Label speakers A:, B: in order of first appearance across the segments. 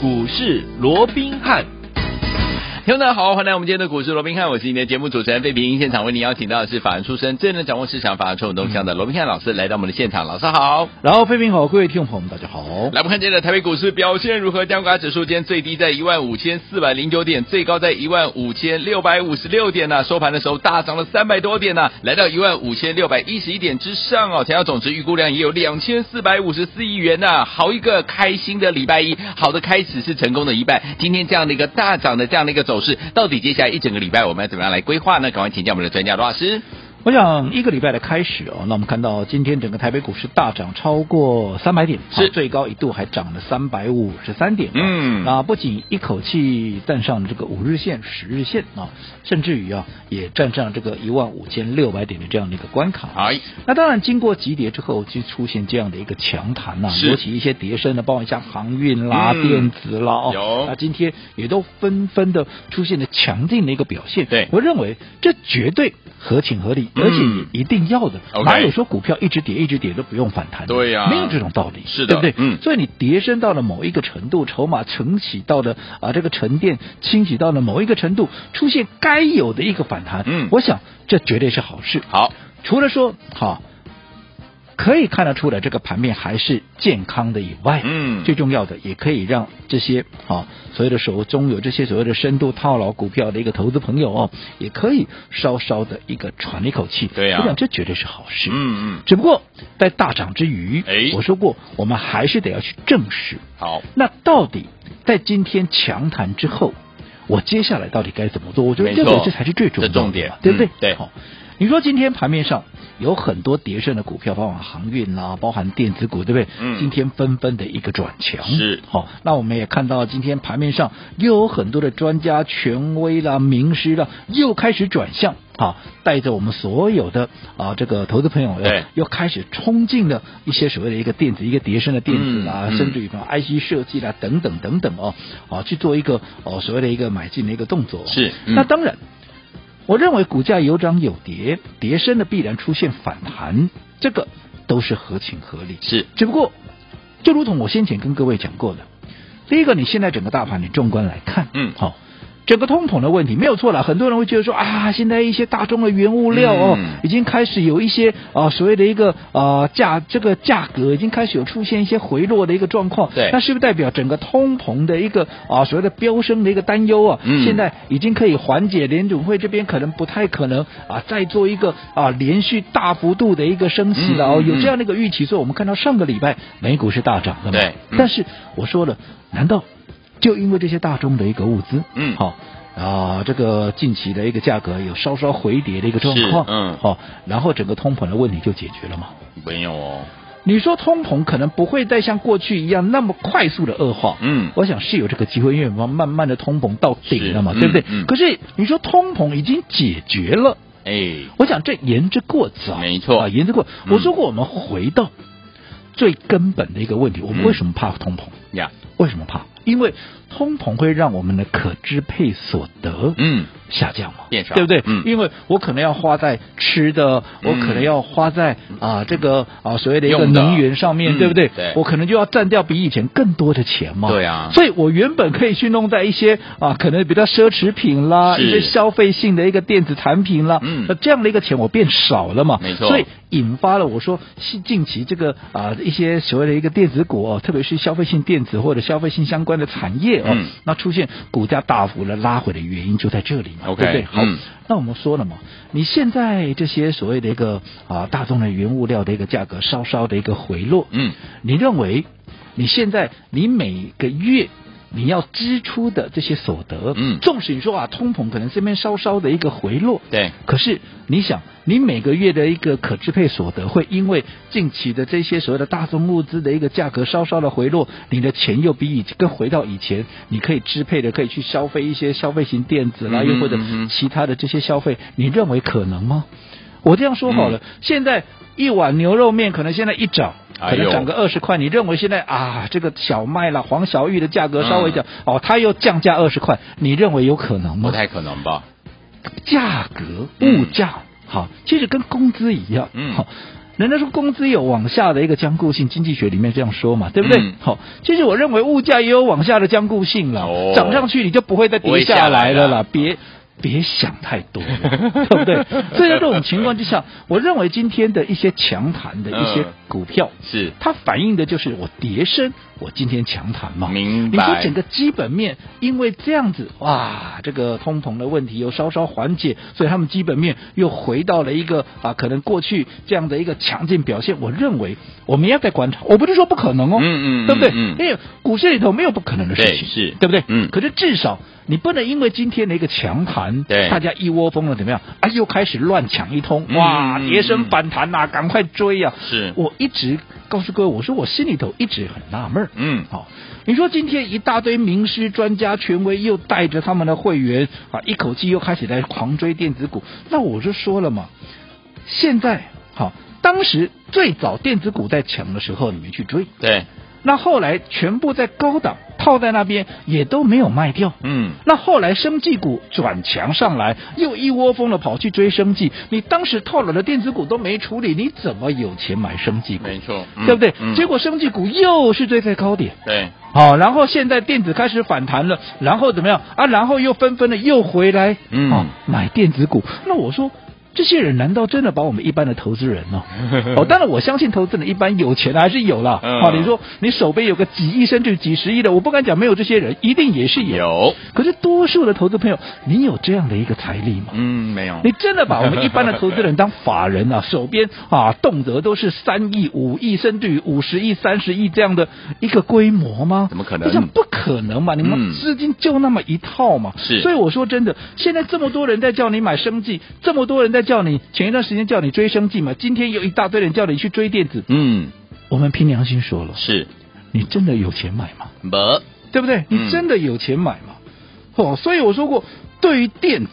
A: 股市罗宾汉。听众大家好，欢迎来我们今天的股市罗宾汉，我是你的节目主持人费平。现场为您邀请到的是法案出身、最能掌握市场法案冲动动向的罗宾汉老师，来到我们的现场。老师好，
B: 然后，飞平好，各位听众朋友们，大家好。
A: 来，我们看今天的台北股市表现如何？加权指数今天最低在15,409点，最高在15,656点呢、收盘的时候大涨了300多点呢、来到15,611点之上哦。成交总值预估量也有2,454亿元呐、好一个开心的礼拜一，好的开始是成功的一半。今天这样的一个大涨的这样的一个走势，到底接下来一整个礼拜我们要怎么样来规划呢？赶快请教我们的专家罗老师。
B: 我想一个礼拜的开始哦，那我们看到今天整个台北股市大涨超过三百点，
A: 是
B: 啊最高一度还涨了三百五十三点、
A: 嗯
B: 啊，不仅一口气站上了这个五日线、十日线啊，甚至于啊也站上这个一万五千六百点的这样的一个关卡。
A: 哎，
B: 那当然，经过急跌之后，就出现这样的一个强弹呐、
A: 是
B: 尤其一些跌升的，包括像航运啦、
A: 嗯
B: 电子啦，哦，
A: 有
B: 那今天也都纷纷的出现了强劲的一个表现。
A: 对
B: 我认为这绝对合情合理，
A: 嗯
B: 而且也一定要的。
A: OK
B: 哪有说股票一直跌一直跌都不用反弹的？
A: 对呀
B: 没有这种道理，
A: 是的
B: 对不对？
A: 嗯
B: 所以你跌升到了某一个程度，筹码承起到了啊这个沉淀清洗到了某一个程度，出现该有的一个反弹，
A: 嗯
B: 我想这绝对是好事。
A: 好，
B: 除了说好，可以看得出来这个盘面还是健康的以外，
A: 嗯
B: 最重要的也可以让这些啊所谓的手中有这些所谓的深度套牢股票的一个投资朋友哦，也可以稍稍的一个喘了一口气。
A: 对呀
B: 我想这绝对是好事。
A: 嗯嗯，
B: 只不过在大涨之余，
A: 哎
B: 我说过，我们还是得要去正视。
A: 好，
B: 那到底在今天强谈之后，我接下来到底该怎么做？我觉得
A: 没
B: 这
A: 错
B: 个这才是最重要的
A: 这重点
B: 嘛对不对？
A: 嗯对
B: 好。你说今天盘面上有很多跌升的股票，包含航运啦、包含电子股，对不对？
A: 嗯
B: 今天纷纷的一个转强，
A: 是
B: 好、那我们也看到今天盘面上又有很多的专家、权威啦、名师啦，又开始转向。啊，带着我们所有的啊，这个投资朋友呢
A: 对
B: 又开始冲进了一些所谓的一个电子、一个叠升的电子啦，
A: 嗯嗯
B: 甚至于什么 IC 设计啦等等等等哦，啊，去做一个哦所谓的一个买进的一个动作。哦
A: 是嗯
B: 那当然，我认为股价有涨有跌，跌升的必然出现反弹，这个都是合情合理。
A: 是
B: 只不过，就如同我先前跟各位讲过的，第一个，你现在整个大盘你纵观来看，
A: 嗯
B: 好、整个通膨的问题没有错了，很多人会觉得说啊，现在一些大宗的原物料哦，
A: 嗯
B: 已经开始有一些啊所谓的一个啊价这个价格已经开始有出现一些回落的一个状况，
A: 对
B: 那是不是代表整个通膨的一个啊所谓的飙升的一个担忧啊？
A: 嗯
B: 现在已经可以缓解，联准会这边可能不太可能啊再做一个啊连续大幅度的一个升息了哦，
A: 嗯嗯嗯
B: 有这样的一个预期，所以我们看到上个礼拜美股是大涨的嘛，
A: 对嗯
B: 但是我说了，难道就因为这些大宗的一个物资，
A: 嗯
B: 好、啊，这个近期的一个价格有稍稍回跌的一个状况，
A: 是嗯
B: 好、然后整个通膨的问题就解决了嘛？
A: 没有哦，
B: 你说通膨可能不会再像过去一样那么快速的恶化，
A: 嗯
B: 我想是有这个机会，因为慢慢慢的通膨到顶了嘛，
A: 是
B: 对不对？
A: 嗯嗯
B: 可是你说通膨已经解决了，
A: 哎，
B: 我想这言之过早，
A: 没错
B: 啊，言之过。
A: 嗯
B: 我说过，我们回到最根本的一个问题，我们
A: 嗯
B: 为什么怕通膨？
A: 呀，
B: 为什么怕？因为通膨会让我们的可支配所得
A: 嗯，
B: 下降嘛，
A: 变少
B: 对不对？
A: 嗯
B: 因为我可能要花在吃的，我
A: 嗯
B: 可能要花在啊、这个啊、所谓的一个
A: 用的
B: 能源上面，
A: 嗯
B: 对不对？
A: 对
B: 我可能就要占掉比以前更多的钱嘛。
A: 对啊
B: 所以我原本可以去弄在一些啊，可能比较奢侈品啦，
A: 是
B: 一些消费性的一个电子产品啦，
A: 嗯
B: 那这样的一个钱我变少了嘛，
A: 没错
B: 所以引发了我说是近期这个啊、一些所谓的一个电子股哦，特别是消费性电子或者消费性相关的产业哦，
A: 嗯
B: 那出现股价大幅的拉回的原因就在这里嘛。
A: OK，
B: 对不对？好，
A: 嗯
B: 那我们说了嘛，你现在这些所谓的一个啊大众的原物料的一个价格稍稍的一个回落，
A: 嗯，
B: 你认为你现在你每个月你要支出的这些所得，
A: 嗯
B: 纵使你说啊通膨可能这边稍稍的一个回落，
A: 对，
B: 可是你想，你每个月的一个可支配所得会因为近期的这些所谓的大宗物资的一个价格稍稍的回落，你的钱又比以跟回到以前，你可以支配的可以去消费一些消费型电子啦，
A: 嗯哼
B: 又或者
A: 嗯哼
B: 其他的这些消费，你认为可能吗？我这样说好了，
A: 嗯
B: 现在一碗牛肉面可能现在一涨。
A: 哎
B: 可
A: 呦
B: 能涨个二十块，你认为现在啊，这个小麦啦、黄小玉的价格
A: 嗯
B: 稍微涨，哦，它又降价二十块，你认为有可能吗？
A: 不太可能吧？
B: 价格、
A: 嗯
B: 物价，好，其实跟工资一样，
A: 嗯
B: 好，人家说工资有往下的一个僵固性，经济学里面这样说嘛，对不对
A: 嗯？
B: 好、其实我认为物价也有往下的僵固性了，
A: 哦
B: 涨上去你就不会再
A: 不会
B: 跌
A: 下
B: 下来
A: 来
B: 了
A: 了
B: 啦，别。别想太多 了，对不对？所以在这种情况之下，我认为今天的一些强弹的一些
A: 嗯
B: 股票，
A: 是
B: 它反映的就是我跌升，我今天强弹嘛。
A: 明
B: 哦你说
A: 白
B: 整个基本面因为这样子，哇，这个通膨的问题又稍稍缓解，所以他们基本面又回到了一个啊，可能过去这样的一个强劲表现。我认为我们要再观察，我不是说不可能哦，
A: 嗯嗯嗯
B: 对不对？
A: 嗯
B: 因为股市里头没有不可能的事
A: 对
B: 情，
A: 是
B: 对不对？
A: 嗯
B: 可是至少你不能因为今天的一个强弹，
A: 对
B: 大家一窝蜂的怎么样啊，又开始乱抢一通，
A: 嗯
B: 哇，
A: 嗯
B: 跌
A: 嗯
B: 升反弹呐、赶快追呀、
A: 是
B: 我一直告诉各位，我说我心里头一直很纳闷儿
A: 嗯
B: 好、哦你说今天一大堆名师、专家、权威又带着他们的会员啊，一口气又开始来狂追电子股，那我就说了嘛，现在好、当时最早电子股在强的时候，你没去追，
A: 嗯对，
B: 那后来全部在高档套在那边，也都没有卖掉。
A: 嗯
B: 那后来生技股转强上来，又一窝蜂的跑去追生技，你当时套牢的电子股都没处理，你怎么有钱买生技股？
A: 没错，嗯
B: 对不对？
A: 嗯
B: 结果生技股又是追在高点，
A: 对
B: 好、然后现在电子开始反弹了，然后怎么样啊？然后又纷纷的又回来，
A: 嗯
B: 哦买电子股。那我说，这些人难道真的把我们一般的投资人 哦？哦，当然我相信投资人一般有钱的还是有啦。
A: 嗯
B: 好、你说你手边有个几亿甚至几十亿的，我不敢讲没有这些人，一定也是有。
A: 有，
B: 可是多数的投资朋友，你有这样的一个财力吗？
A: 嗯没有，
B: 你真的把我们一般的投资人当法人 啊，手边啊动辄都是三亿、五亿，甚至于五十亿、三十亿这样的一个规模吗？
A: 怎么可能
B: 你想不可能嘛！你
A: 嗯
B: 们资金就那么一套嘛。
A: 是
B: 所以我说真的，现在这么多人在叫你买生计，这么多人在叫你前一段时间叫你追生计嘛，今天有一大堆人叫你去追电子。
A: 嗯
B: 我们凭良心说了，
A: 是
B: 你真的有钱买吗？
A: 没
B: 对不对？
A: 嗯
B: 你真的有钱买吗？哦，所以我说过，对于电子，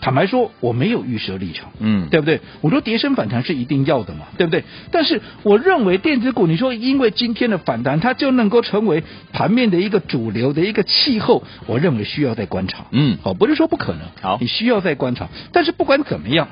B: 坦白说，我没有预设立场。
A: 嗯
B: 对不对？我说跌升反弹是一定要的嘛，对不对？但是我认为电子股，你说因为今天的反弹，它就能够成为盘面的一个主流的一个气候，我认为需要再观察。哦
A: 嗯
B: 好、不是说不可能，
A: 好
B: 你需要再观察。但是不管怎么样。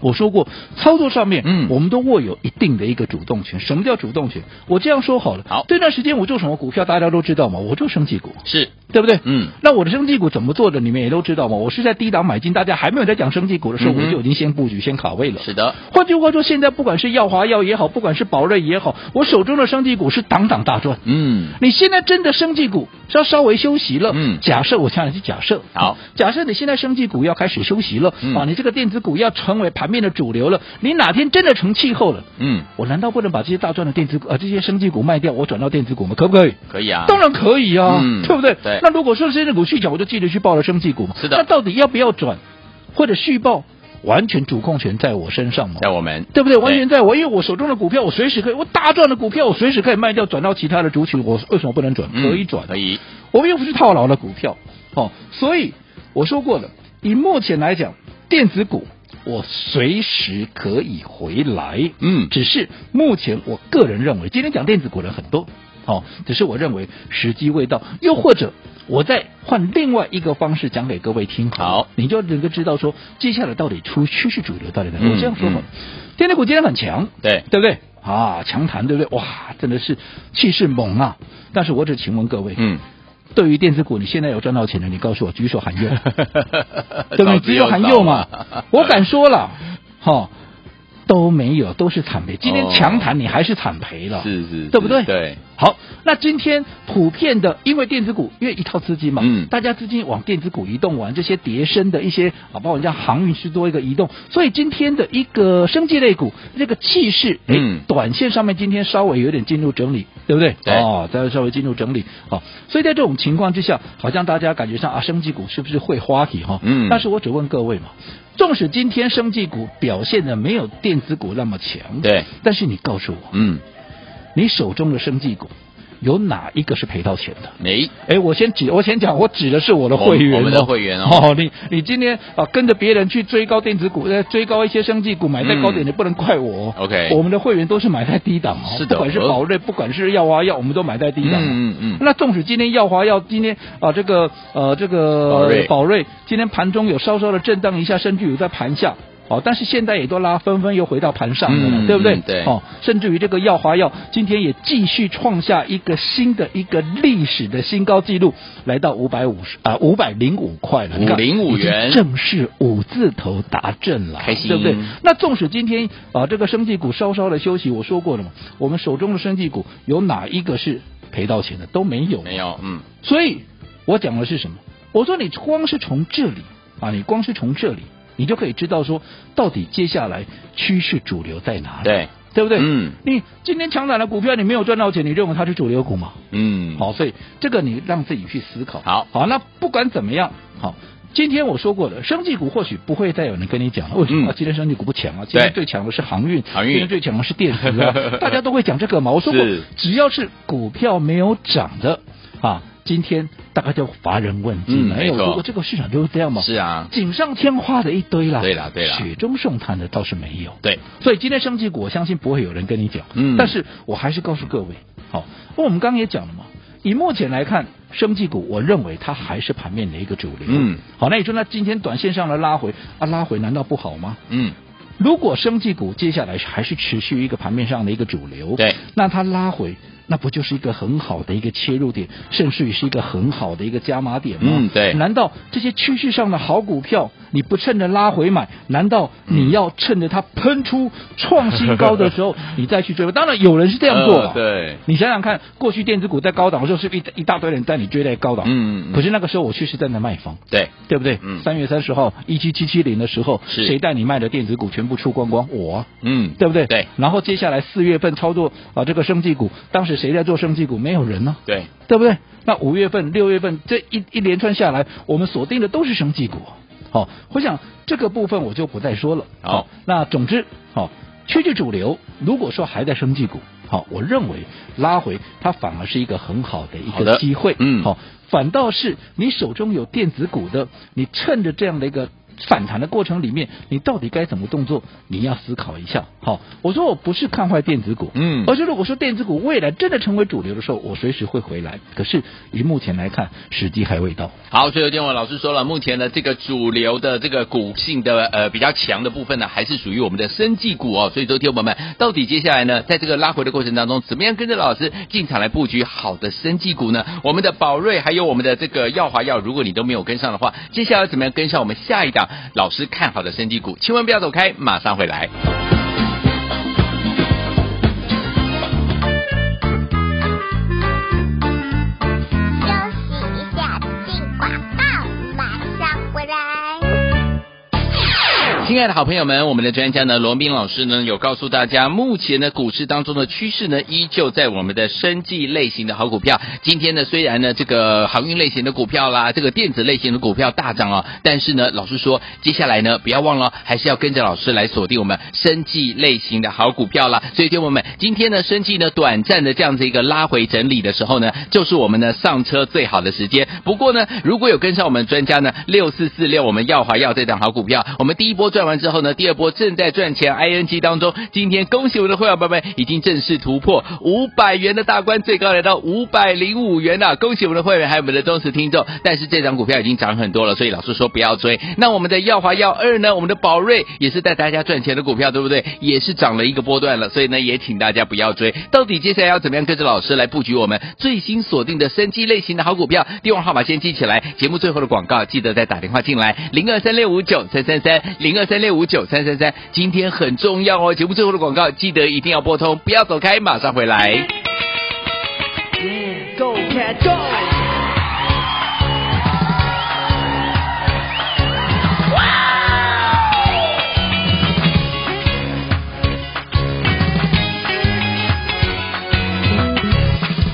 B: 我说过，操作上面，
A: 嗯
B: 我们都握有一定的一个主动权。什么叫主动权？我这样说好了，
A: 好
B: 这段时间我做什么股票，大家都知道嘛，我做升绩股，
A: 是
B: 对不对？
A: 嗯
B: 那我的生技股怎么做的，你们也都知道嘛。我是在低档买进，大家还没有在讲生技股的时候，
A: 嗯哼
B: 我就已经先布局、先卡位了。
A: 是的，
B: 换句话说，现在不管是耀华药也好，不管是宝瑞也好，我手中的生技股是档档大赚。
A: 嗯
B: 你现在真的生技股是要稍微休息了，
A: 嗯
B: 假设我讲的是假设，
A: 好，
B: 假设你现在生技股要开始休息了，
A: 嗯
B: 啊，你这个电子股要成为盘面的主流了，你哪天真的成气候了，
A: 嗯
B: 我难道不能把这些大赚的电子股，呃，这些生技股卖掉，我转到电子股吗？可不可以？
A: 可以啊，
B: 当然可以啊，
A: 嗯
B: 对不对？
A: 对
B: 那如果说深圳股续缴，我就记得去报了生技股嘛。
A: 是的
B: 那到底要不要转，或者续报，完全主控权在我身上嘛
A: 在。我们
B: 对不对？完全在我，因为我手中的股票，我随时可以，我大赚的股票，我随时可以卖掉，转到其他的族群，我为什么不能转？
A: 嗯
B: 可以转，
A: 可以
B: 我们又不是套牢的股票，哦，所以我说过了，以目前来讲，电子股我随时可以回来，
A: 嗯
B: 只是目前我个人认为，今天讲电子股的人很多，哦，只是我认为时机未到，又或者我再换另外一个方式讲给各位听，
A: 好，
B: 你就能够知道说接下来到底出趋势主流到底在哪。
A: 嗯
B: 我这样说好了，电子股今天很强，
A: 对
B: 对不对？啊，强弹对不对？哇，真的是气势猛啊！但是我只请问各位，
A: 嗯，
B: 对于电子股，你现在有赚到钱的，你告诉我，举手喊右， 对
A: 对
B: 不对？只有喊右嘛， 我敢说了，哈、都没有，都是惨赔。今天强谈你还是惨赔了，
A: 哦是是，
B: 对不对
A: 是对，
B: 好，那今天普遍的，因为电子股因为一套资金嘛，
A: 嗯
B: 大家资金往电子股移动完，这些叠升的一些啊，包括像航运是多一个移动，所以今天的一个生技类股这个气势，哎、
A: 嗯
B: 短线上面今天稍微有点进入整理，对不对？
A: 对
B: 哦，再稍微进入整理，好、所以在这种情况之下，好像大家感觉上啊，生技股是不是会花体哈、
A: 嗯
B: 但是我只问各位嘛，纵使今天生技股表现的没有电子股那么强，
A: 对，
B: 但是你告诉我，
A: 嗯，
B: 你手中的生技股有哪一个是赔到钱的？
A: 没
B: 哎，我先指，我先讲，我指的是我的会员、哦
A: 我我们的会员哦
B: 你你今天啊跟着别人去追高电子股，呃，追高一些生技股，买在高点的，
A: 嗯
B: 你不能怪我哦。
A: OK
B: 我们的会员都是买在低档哦，
A: 是的
B: 不管是宝瑞，不管是药华药，我们都买在低档哦。
A: 嗯嗯嗯
B: 那纵使今天耀华药今天啊这个呃这个
A: 宝瑞
B: 宝瑞今天盘中有稍稍的震荡一下，甚至有在盘下。哦，但是现在也都拉纷纷又回到盘上了，
A: 嗯
B: 对不对？
A: 嗯对
B: 哦，甚至于这个耀华药今天也继续创下一个新的一个历史的新高纪录，来到五百五十啊五百零五块了，你看
A: 505元
B: 已经正式五字头达阵了，
A: 开心
B: 对不对？那纵使今天啊这个生技股稍稍的休息，我说过了嘛，我们手中的生技股有哪一个是赔到钱的都没有嘛，
A: 没有，嗯，
B: 所以我讲的是什么？我说你光是从这里啊，你光是从这里，你就可以知道说，到底接下来趋势主流在哪里，
A: 对，
B: 对不对？
A: 嗯
B: 你今天强打的股票，你没有赚到钱，你认为它是主流股吗？
A: 嗯，，
B: 好，所以这个你让自己去思考。
A: 好
B: 好，那不管怎么样，好。今天我说过了，生技股或许不会再有人跟你讲了。为什么、
A: 嗯
B: 啊今天生技股不强啊？今天
A: 对
B: 最强的是航运，
A: 航运
B: 今天最强的是电子 啊，大家都会讲这个嘛。我说过
A: 是，
B: 只要是股票没有涨的啊，今天大概就乏人问津了。
A: 嗯
B: 哎我
A: 没错
B: 说过这个市场就是这样嘛，
A: 是啊，
B: 锦上添花的一堆啦。
A: 对啦对啦
B: 雪中送炭的倒是没有。
A: 对，
B: 所以今天生技股，我相信不会有人跟你讲。
A: 嗯
B: 但是我还是告诉各位，好，我们刚刚也讲了嘛，以目前来看，生技股我认为它还是盘面的一个主流。
A: 嗯，
B: 好，那你说那今天短线上的拉回啊，拉回难道不好吗？
A: 嗯，
B: 如果生技股接下来还是持续一个盘面上的一个主流，
A: 对，
B: 那它拉回，那不就是一个很好的一个切入点，甚至于是一个很好的一个加码点吗？
A: 嗯对
B: 难道这些趋势上的好股票，你不趁着拉回买？难道你要趁着它喷出创新高的时 候，你再去追吗？当然有人是这样做
A: 呃
B: 的。
A: 对，
B: 你想想看，过去电子股在高档的时候，是不是一一大堆人带你追在高档？
A: 嗯嗯嗯
B: 可是那个时候我却是站在卖方。
A: 对，
B: 对不对？
A: 嗯
B: 三月三十号一七七七零的时候，
A: 是
B: 谁带你卖的电子股全部出光光？我啊，
A: 嗯，
B: 对不对？
A: 对，
B: 然后接下来四月份操作啊、这个生技股，当时谁在做生技股？没有人啊呢、
A: 对，
B: 对不对？那五月份、六月份这一一连串下来，我们锁定的都是生技股。好、我想这个部分我就不再说了。
A: 好
B: 那总之，好、趋势主流，如果说还在生技股，好、我认为拉回它反而是一个很好的一
A: 好的
B: 个机会。
A: 嗯
B: 好、反倒是你手中有电子股的，你趁着这样的一个。反弹的过程里面，你到底该怎么动作？你要思考一下。好，我说我不是看坏电子股，
A: 嗯
B: 而是如果说电子股未来真的成为主流的时候，我随时会回来。可是以目前来看，时机还未到。
A: 好，所以今天我老师说了，目前呢这个主流的这个股性的呃比较强的部分呢，还是属于我们的生技股哦。所以，昨天我们到底接下来呢，在这个拉回的过程当中，怎么样跟着老师进场来布局好的生技股呢？我们的宝瑞还有我们的这个耀华药，如果你都没有跟上的话，接下来怎么样跟上我们下一档老师看好的生技股？千万不要走开，马上回来。
C: 休息一下，进广告，马上回来。
A: 亲爱的好朋友们，我们的专家呢，罗斌老师呢有告诉大家，目前呢股市当中的趋势呢，依旧在我们的生技类型的好股票。今天呢，虽然呢这个航运类型的股票啦，这个电子类型的股票大涨哦，但是呢，老师说接下来呢，不要忘了，还是要跟着老师来锁定我们生技类型的好股票啦。所以，听我们今天呢，生技呢短暂的这样子一个拉回整理的时候呢，就是我们呢上车最好的时间。不过呢，如果有跟上我们专家呢六四四六，我们耀华耀这档好股票，我们第一波赚完之后呢，第二波正在赚钱 ING 当中，今天恭喜我们的会员朋友们已经正式突破五百元的大关，最高来到五百零五元了、恭喜我们的会员还有我们的忠实听众。但是这档股票已经涨很多了，所以老师说不要追。那我们的耀华耀二呢，我们的宝瑞也是带大家赚钱的股票，对不对？也是涨了一个波段了，所以呢，也请大家不要追。到底接下来要怎么样跟着老师来布局我们最新锁定的生机类型的好股票？电话号码先记起来，节目最后的广告记得再打电话进来，零二三六五九三三三，零二三六五九三三三。今天很重要哦，节目最后的广告记得一定要拨通，不要走开，马上回来。
D: Yeah, go cat go!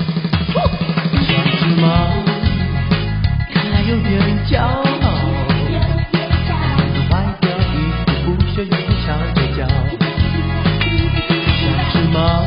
D: 有什么？看来有点骄傲，外表一副不学又不瞧的骄像只猫。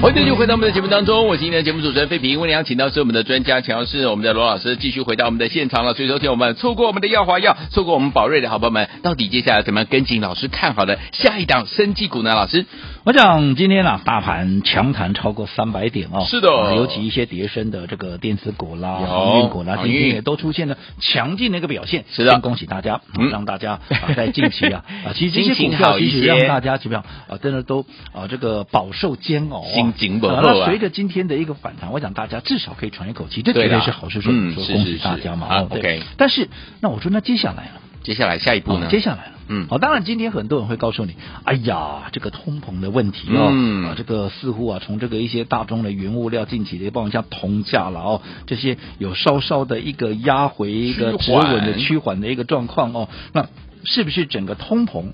A: 欢迎继续回到我们的节目当中，我是今天的节目主持人费平。为您邀请到是我们的专家，乔是我们的罗老师，继续回到我们的现场了。所以说，听我们错过我们的耀华药，错过我们宝瑞的好朋友们，到底接下来怎么样跟紧老师看好的下一档生技股呢？老师，
B: 我想今天啊，大盘强弹超过三百点哦，
A: 是的
B: 啊尤其一些跌升的这个电子股啦、
A: 有
B: 航运股啦，
A: 航
B: 今
A: 运
B: 天也都出现了强劲的一个表现，
A: 是的
B: 先恭喜大家，啊
A: 嗯
B: 让大家啊在近期 啊啊，其实这
A: 心
B: 些
A: 情
B: 股票
A: 好一
B: 其实
A: 些
B: 让大家怎么样啊，真的都啊这个饱受煎熬啊，
A: 心情不好啊
B: 那随着今天的一个反弹，我想大家至少可以喘一口气，这
A: 对
B: 绝
A: 啦
B: 对是好事，说
A: 嗯
B: 说
A: 是
B: 恭
A: 是
B: 喜
A: 是
B: 大家嘛，
A: 啊
B: 哦对
A: OK
B: 但是那我说那接下来啊呢？
A: 接下来下一步呢？
B: 好哦接下来了。
A: 嗯
B: 好，当然今天很多人会告诉你，哎呀，这个通膨的问题哦，
A: 嗯
B: 啊，这个似乎啊，从这个一些大宗的原物料近期的，包括像铜价了哦，这些有稍稍的一个压回一个
A: 趋
B: 止
A: 缓
B: 稳的趋缓的一个状况哦，那是不是整个通膨？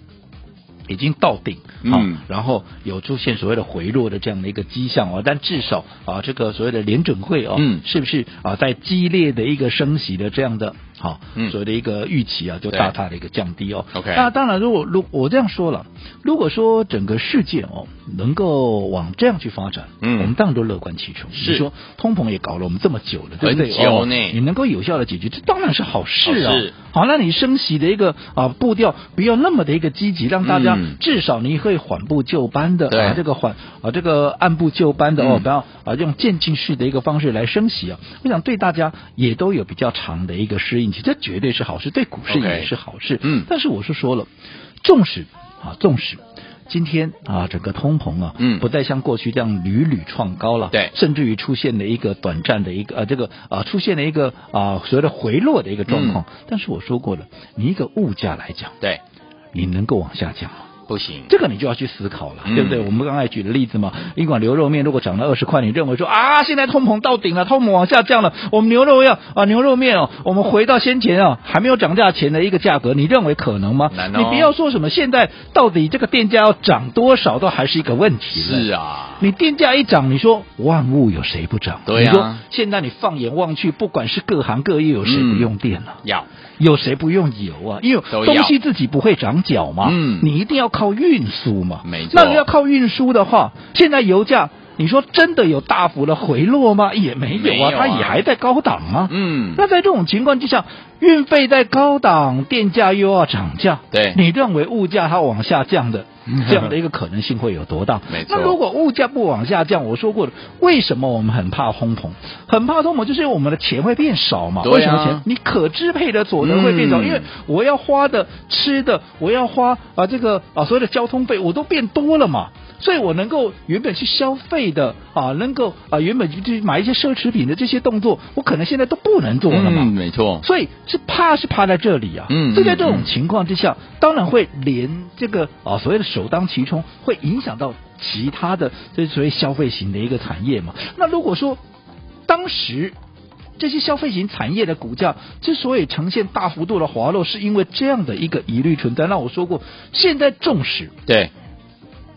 B: 已经到顶，好、
A: 嗯
B: 然后有出现所谓的回落的这样的一个迹象哦，但至少啊，这个所谓的联准会哦，
A: 嗯
B: 是不是啊，在激烈的一个升息的这样的好、
A: 嗯
B: 所谓的一个预期啊，就
A: 对
B: 大大的一个降低哦。
A: OK
B: 那当然，如果如我这样说了，如果说整个世界哦能够往这样去发展，
A: 嗯
B: 我们当然都乐观其成。
A: 是
B: 你说通膨也搞了我们这么久了，对不对？
A: 很久
B: 哦
A: 呢哦
B: 你能够有效的解决，这当然是好事啊。
A: 好事
B: 好，那你升息的一个啊步调不要那么的一个积极，让大家
A: 嗯
B: 至少你会缓步就班的，
A: 对
B: 啊，这个缓啊这个按部就班的哦，
A: 嗯
B: 不要啊用渐进式的一个方式来升息啊。我想对大家也都有比较长的一个适应期，这绝对是好事，对股市
A: OK
B: 也是好事。
A: 嗯
B: 但是我是说了，纵使啊纵使。今天啊，整个通膨啊，
A: 嗯
B: 不再像过去这样屡屡创高了，
A: 对
B: 甚至于出现了一个短暂的一个呃，这个啊、出现了一个啊、所谓的回落的一个状况。
A: 嗯
B: 但是我说过了，你一个物价来讲，
A: 对，
B: 你能够往下降吗？
A: 不行，
B: 这个你就要去思考了，
A: 嗯
B: 对不对？我们刚才举的例子嘛，一碗牛肉面如果涨到二十块，你认为说啊，现在通膨到顶了，通膨往下降了，我们牛肉要啊牛肉面哦，我们回到先前啊还没有涨价前的一个价格，你认为可能吗？
A: 难哦
B: 你不要说什么现在到底这个店价要涨多少，都还是一个问题。
A: 是。啊，
B: 你电价一涨，你说万物有谁不涨？
A: 对啊
B: 你说现在你放眼望去，不管是各行各业，有谁不
A: 嗯
B: 用电了、
A: 要
B: 有谁不用油啊？因为
A: 都要
B: 东西自己不会长脚嘛，
A: 嗯
B: 你一定要靠运输嘛，
A: 没错
B: 那你要靠运输的话，现在油价，你说真的有大幅的回落吗？也没有啊，
A: 没有啊
B: 它也还在高档啊。
A: 嗯，
B: 那在这种情况之下，运费在高档，电价又要涨价，
A: 对
B: 你认为物价它往下降 的这样的一个可能性会有多大？
A: 没错
B: 那如果物价不往下降，我说过了，为什么我们很怕通膨？很怕通膨，就是因为我们的钱会变少嘛。
A: 对啊
B: 为什么钱？你可支配的所得会变少，
A: 嗯
B: 因为我要花的、吃的，我要花啊这个啊所有的交通费，我都变多了嘛。所以我能够原本去消费的啊，能够啊原本就去买一些奢侈品的这些动作，我可能现在都不能做了嘛。
A: 嗯，没错，
B: 所以是怕是怕在这里啊。
A: 嗯
B: 所以在这
A: 嗯
B: 种
A: 嗯
B: 情况之下，当然会连这个啊所谓的首当其冲，会影响到其他的这所谓消费型的一个产业嘛。那如果说当时。这些消费型产业的股价之所以呈现大幅度的滑落，是因为这样的一个疑虑存在。那我说过，现在纵使
A: 对，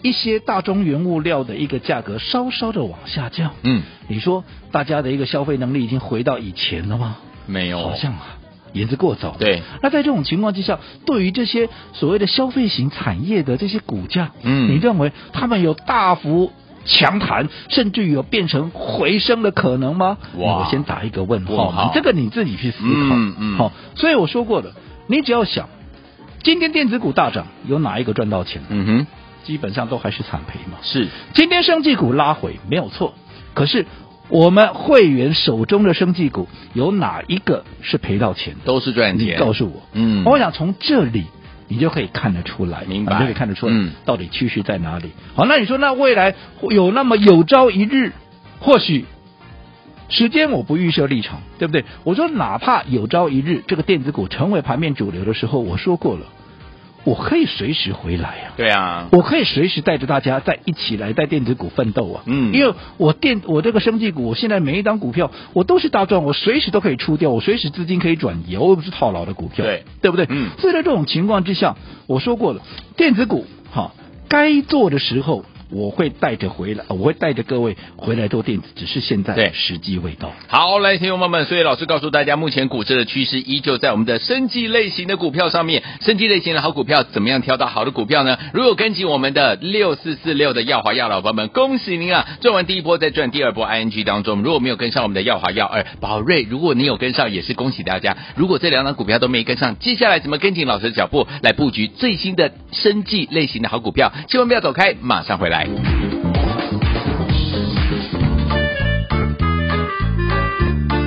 B: 一些大宗原物料的一个价格稍稍的往下降，
A: 嗯，
B: 你说大家的一个消费能力已经回到以前了吗？
A: 没有，
B: 好像啊，言之过早。
A: 对，
B: 那在这种情况之下，对于这些所谓的消费型产业的这些股价，
A: 嗯
B: 你认为他们有大幅强弹，甚至有变成回升的可能吗？
A: 哇
B: 我先打一个问号，
A: 问
B: 你
A: 号
B: 这个你自己去思考。
A: 嗯嗯
B: 好，所以我说过了，你只要想，今天电子股大涨，有哪一个赚到钱？
A: 嗯哼，
B: 基本上都还是惨赔嘛。
A: 是
B: 今天生技股拉回没有错，可是我们会员手中的生技股有哪一个是赔到钱的？
A: 都是赚
B: 你
A: 钱，
B: 告诉我，
A: 嗯
B: 我想从这里。你就可以看得出来，
A: 明白
B: 啊你就可以看得出来，
A: 嗯
B: 到底趋势在哪里。好，那你说，那未来有那么有朝一日，或许时间我不预设立场，对不对？我说，哪怕有朝一日这个电子股成为盘面主流的时候，我说过了，我可以随时回来呀、
A: 对啊，
B: 我可以随时带着大家在一起来在电子股奋斗啊，
A: 嗯
B: 因为我电我这个生技股，我现在每一张股票我都是大赚，我随时都可以出掉，我随时资金可以转移，我又不是套牢的股票，
A: 对
B: 对不对？
A: 嗯
B: 所以在这种情况之下，我说过了，电子股哈，该做的时候我会带着回来，我会带着各位回来做电子，只是现
A: 对
B: 在时机未到。
A: 好，来，听众朋友们，所以老师告诉大家，目前股市的趋势依旧在我们的生技类型的股票上面。生技类型的好股票，怎么样挑到好的股票呢？如果跟紧我们的六四四六的耀华耀老朋友们，恭喜您啊！赚完第一波再赚第二波 ING 当中，如果没有跟上我们的耀华耀二宝瑞，如果你有跟上，也是恭喜大家。如果这两档股票都没跟上，接下来怎么跟紧老师的脚步来布局最新的生技类型的好股票？千万不要走开，马上回来。来。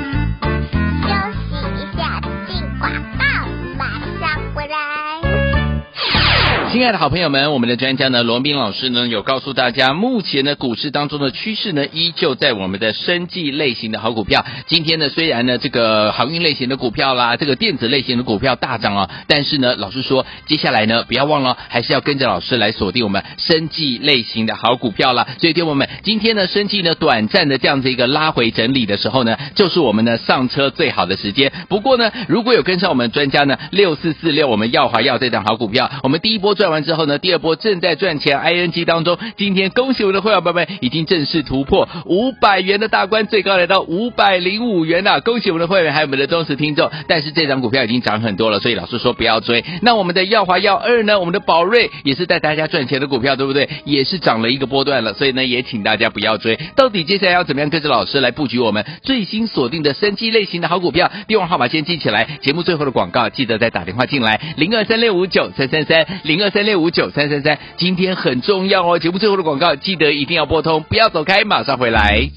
C: 休息一下，进广告，马上回来。
A: 亲爱的好朋友们，我们的专家呢，罗斌老师呢，有告诉大家，目前呢股市当中的趋势呢，依旧在我们的生技类型的好股票。今天呢，虽然呢这个航运类型的股票啦，这个电子类型的股票大涨啊，但是呢，老师说，接下来呢，不要忘了，还是要跟着老师来锁定我们生技类型的好股票啦。所以，听我们今天呢，生技呢短暂的这样子一个拉回整理的时候呢，就是我们呢上车最好的时间。不过呢，如果有跟上我们专家呢六四四六，我们耀华耀这档好股票，我们第一波赚完之后呢，第二波正在赚钱，ING 当中，今天恭喜我们的会员朋友们已经正式突破五百元的大关，最高来到五百零五元了、恭喜我们的会员还有我们的忠实听众。但是这张股票已经涨很多了，所以老师说不要追。那我们的耀华耀二呢，我们的宝瑞也是带大家赚钱的股票，对不对？也是涨了一个波段了，所以呢，也请大家不要追。到底接下来要怎么样跟着老师来布局我们最新锁定的生机类型的好股票？电话号码先记起来，节目最后的广告记得再打电话进来，零二三六五九三三三，零二三六五九三三三。今天很重要哦，节目最后的广告记得一定要拨通，不要走开，马上回来。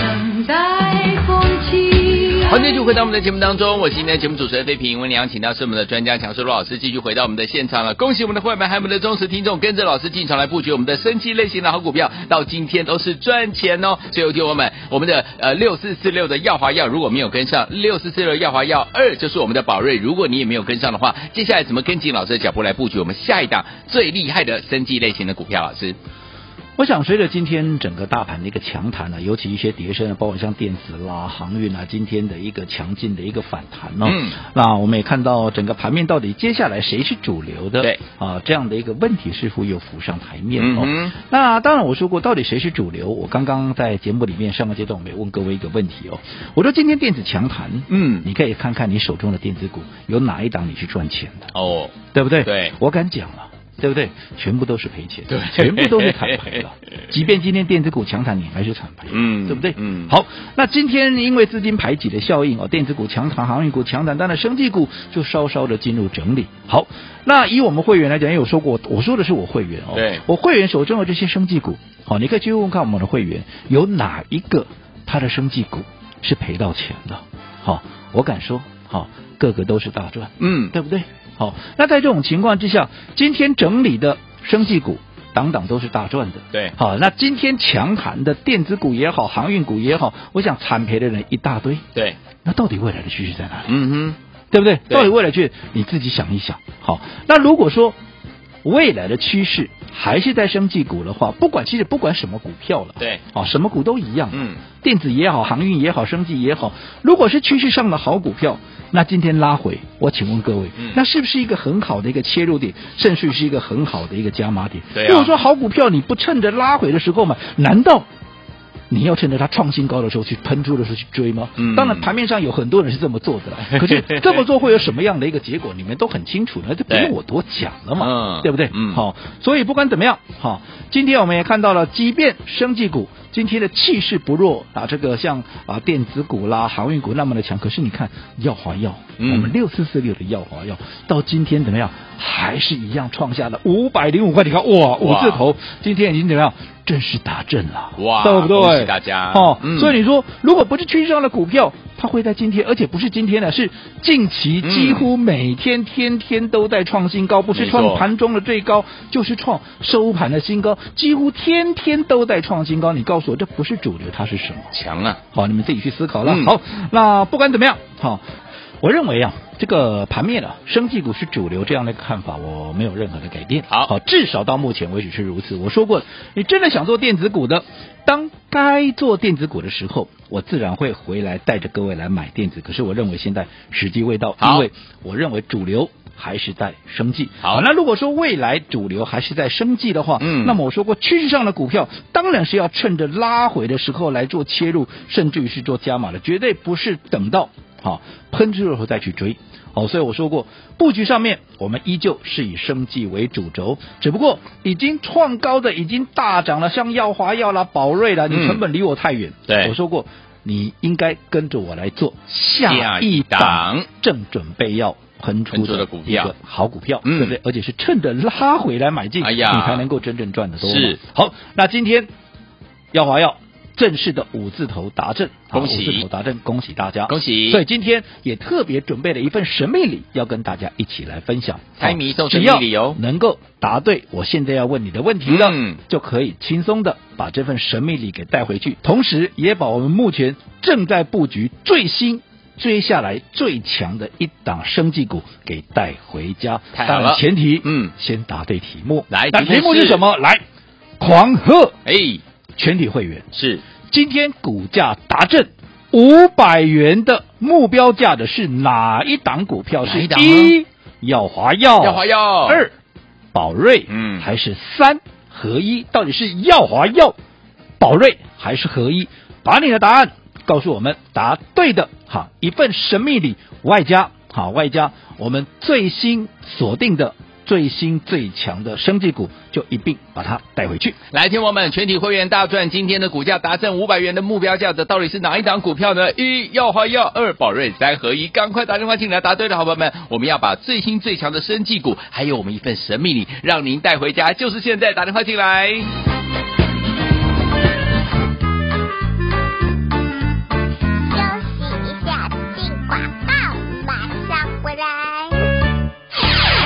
D: 等待风起。
A: 欢迎继续回到我们的节目当中，我是今天的节目主持人费平。我们邀请到是我们的专家强叔罗老师，继续回到我们的现场了。恭喜我们的会员，还有我们的忠实听众，跟着老师进场来布局我们的生机类型的好股票，到今天都是赚钱哦。所以，听我们，我们的呃六四四六的耀华药如果没有跟上，六四四六耀华药二就是我们的宝瑞，如果你也没有跟上的话，接下来怎么跟紧老师的脚步来布局我们下一档最厉害的生机类型的股票？老师，
B: 我想随着今天整个大盘的一个强弹呢、尤其一些跌升的，包括像电子啦、航运啊，今天的一个强劲的一个反弹哦。
A: 嗯
B: 那我们也看到整个盘面到底接下来谁是主流的？
A: 对
B: 啊，这样的一个问题是否有浮上台面
A: 嗯
B: 哦？
A: 哼
B: 那当然，我说过，到底谁是主流？我刚刚在节目里面上个阶段，我们也问各位一个问题哦。我说今天电子强弹，
A: 嗯
B: 你可以看看你手中的电子股有哪一档你是赚钱的，
A: 哦，
B: 对不对？
A: 对
B: 我敢讲了。对不对？全部都是赔钱，
A: 对
B: 全部都是惨赔 了。即便今天电子股强弹，你还是惨赔，
A: 嗯
B: 对不对？
A: 嗯
B: 好，那今天因为资金排挤的效应哦，电子股强弹，航运股强弹，当然生技股就稍稍的进入整理。好，那以我们会员来讲，也有说过，我说的是我会员哦，
A: 对
B: 我会员手中的这些生技股，好、你可以去问问看我们的会员有哪一个他的生技股是赔到钱的。好、我敢说，好、个个都是大赚。
A: 嗯，
B: 对不对？好，那在这种情况之下，今天整理的生技股，档档都是大赚的。
A: 对
B: 好，那今天强弹的电子股也好，航运股也好，我想惨赔的人一大堆。
A: 对，
B: 那到底未来的趋势在哪里？
A: 嗯
B: 对不对？
A: 对
B: 到底未来去你自己想一想。好，那如果说未来的趋势还是在生技股的话，不管其实不管什么股票了，
A: 对
B: 哦，什么股都一样，
A: 嗯，
B: 电子也好，航运也好，生技也好，如果是趋势上的好股票，那今天拉回，我请问各位，
A: 嗯
B: 那是不是一个很好的一个切入点，甚至是一个很好的一个加码点？
A: 对啊
B: 如果说好股票你不趁着拉回的时候买，难道？你要趁着它创新高的时候去喷出的时候去追吗？
A: 嗯
B: 当然，盘面上有很多人是这么做的啦，可是这么做会有什么样的一个结果，你们都很清楚的，这不
A: 对
B: 用我多讲了嘛，
A: 嗯
B: 对不对？
A: 嗯
B: 好、所以不管怎么样，好、今天我们也看到了，即便生技股今天的气势不弱啊，这个像啊电子股啦、航运股那么的强，可是你看耀华药，
A: 嗯
B: 我们六四四六的耀华药到今天怎么样，还是一样创下了五百零五块，你看哇，五字头，今天已经怎么样？正式打正了，
A: 哇
B: 对不对？
A: 恭喜大家
B: 哦，
A: 嗯
B: 所以你说，如果不是趋势上的股票，它会在今天，而且不是今天的，是近期
A: 嗯
B: 几乎每天、天天都在创新高，不是
A: 没错
B: 创盘中的最高，就是创收盘的新高，几乎天天都在创新高。你告诉我，这不是主流，它是什么？
A: 哼，强啊，
B: 好，你们自己去思考了。
A: 嗯
B: 好，那不管怎么样，好，我认为啊，这个盘面啊，生技股是主流这样的一个看法，我没有任何的改变。
A: 好
B: 至少到目前为止是如此。我说过，你真的想做电子股的，当该做电子股的时候，我自然会回来带着各位来买电子。可是我认为现在时机未到，
A: 好
B: 因为我认为主流还是在生计。
A: 好
B: 那如果说未来主流还是在生计的话，
A: 嗯
B: 那么我说过，趋势上的股票当然是要趁着拉回的时候来做切入，甚至于是做加码的，绝对不是等到好、喷出的时候再去追。好，所以我说过，布局上面我们依旧是以生计为主轴，只不过已经创高的已经大涨了，像耀华耀啦、宝瑞啦，
A: 嗯
B: 你成本离我太远。
A: 对
B: 我说过，你应该跟着我来做
A: 下
B: 下
A: 一
B: 一
A: 档
B: 档正准备要喷出
A: 喷出的
B: 的
A: 股票
B: 一个好股票，
A: 嗯
B: 对不对？而且是趁着拉回来买进，
A: 哎呀
B: 你才能够真正赚得多嘛。
A: 是
B: 好，那今天耀华耀正式的五字头达阵，好
A: 恭喜
B: 五字头达阵，恭喜大家，
A: 恭喜
B: 所以今天也特别准备了一份神秘礼，要跟大家一起来分享。
A: 猜谜送神
B: 只
A: 秘
B: 要
A: 礼哦
B: 能够答对我现在要问你的问题了，
A: 嗯
B: 就可以轻松的把这份神秘礼给带回去，同时也把我们目前正在布局最新。追下来最强的一档生技股给带回家，
A: 太好了
B: 当然前提
A: 嗯
B: 先答对题目。
A: 来
B: 那
A: 题目
B: 题目
A: 是
B: 是什么？来，狂贺
A: 哎，
B: 全体会员，
A: 是
B: 今天股价达阵五百元的目标价的是哪一档股票？
A: 哪一
B: 是
A: 档
B: 一耀华药，
A: 耀华药
B: 二宝瑞，
A: 嗯
B: 还是三合一？到底是耀华药、宝瑞还是合一？把你的答案告诉我们，答对的哈，一份神秘礼外加好外加我们最新锁定的。最新最强的生技股就一并把它带回去。
A: 来，听友们，全体会员大赚！今天的股价达阵五百元的目标价的，到底是哪一档股票呢？一耀华药，二宝瑞，三合一，赶快打电话进来答对的好朋友们，我们要把最新最强的生技股，还有我们一份神秘礼，让您带回家，就是现在打电话进来。
C: 休息一下，进广告，马上回来。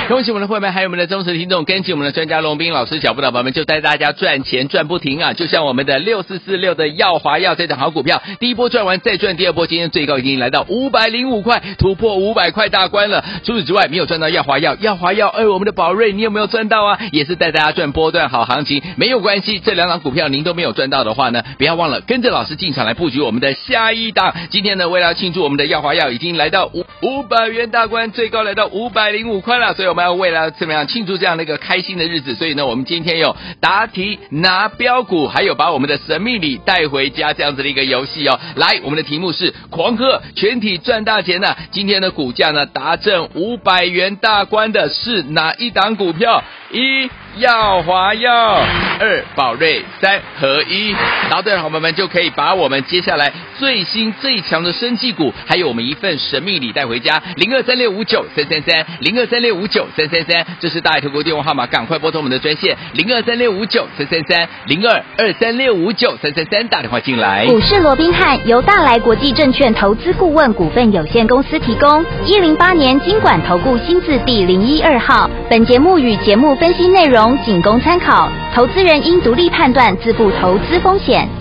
A: 恭喜我们的会员，还有我们的忠实听众，跟紧我们的专家龙斌老师脚步的宝宝们，就带大家赚钱赚不停啊！就像我们的六四四六的耀华耀这档好股票，第一波赚完再赚第二波，今天最高已经来到五百零五块，突破五百块大关了。除此之外，没有赚到耀华耀，耀华耀，哎，我们的宝瑞，你有没有赚到啊？也是带大家赚波段好行情，没有关系，这两档股票您都没有赚到的话呢，不要忘了跟着老师进场来布局我们的下一档。今天呢，为了庆祝我们的耀华耀已经来到五五百元大关，最高来到五百零五块了，所以我们要为了怎么样庆祝这样的一个开心的日子，所以呢，我们今天有答题拿标股，还有把我们的神秘礼带回家这样子的一个游戏哦。来，我们的题目是狂贺全体赚大钱呢、今天的股价呢达正五百元大关的是哪一档股票？一耀华耀，二宝瑞，三合一。答对的好朋友们就可以把我们接下来最新最强的生技股，还有我们一份神秘礼带回家。零二三六五九三三三，零二三六五九三三三，这是大爱投国电话号码，赶快拨通我们的专线零二三六五九三三三，零二二三六五九三三三，打电话进来。
E: 股市罗宾汉由大来国际证券投资顾问股份有限公司提供，一零八年经管投顾新字第零一二号。本节目与节目分析内容仅供参考，投资人应独立判断，自负投资风险。
C: 哎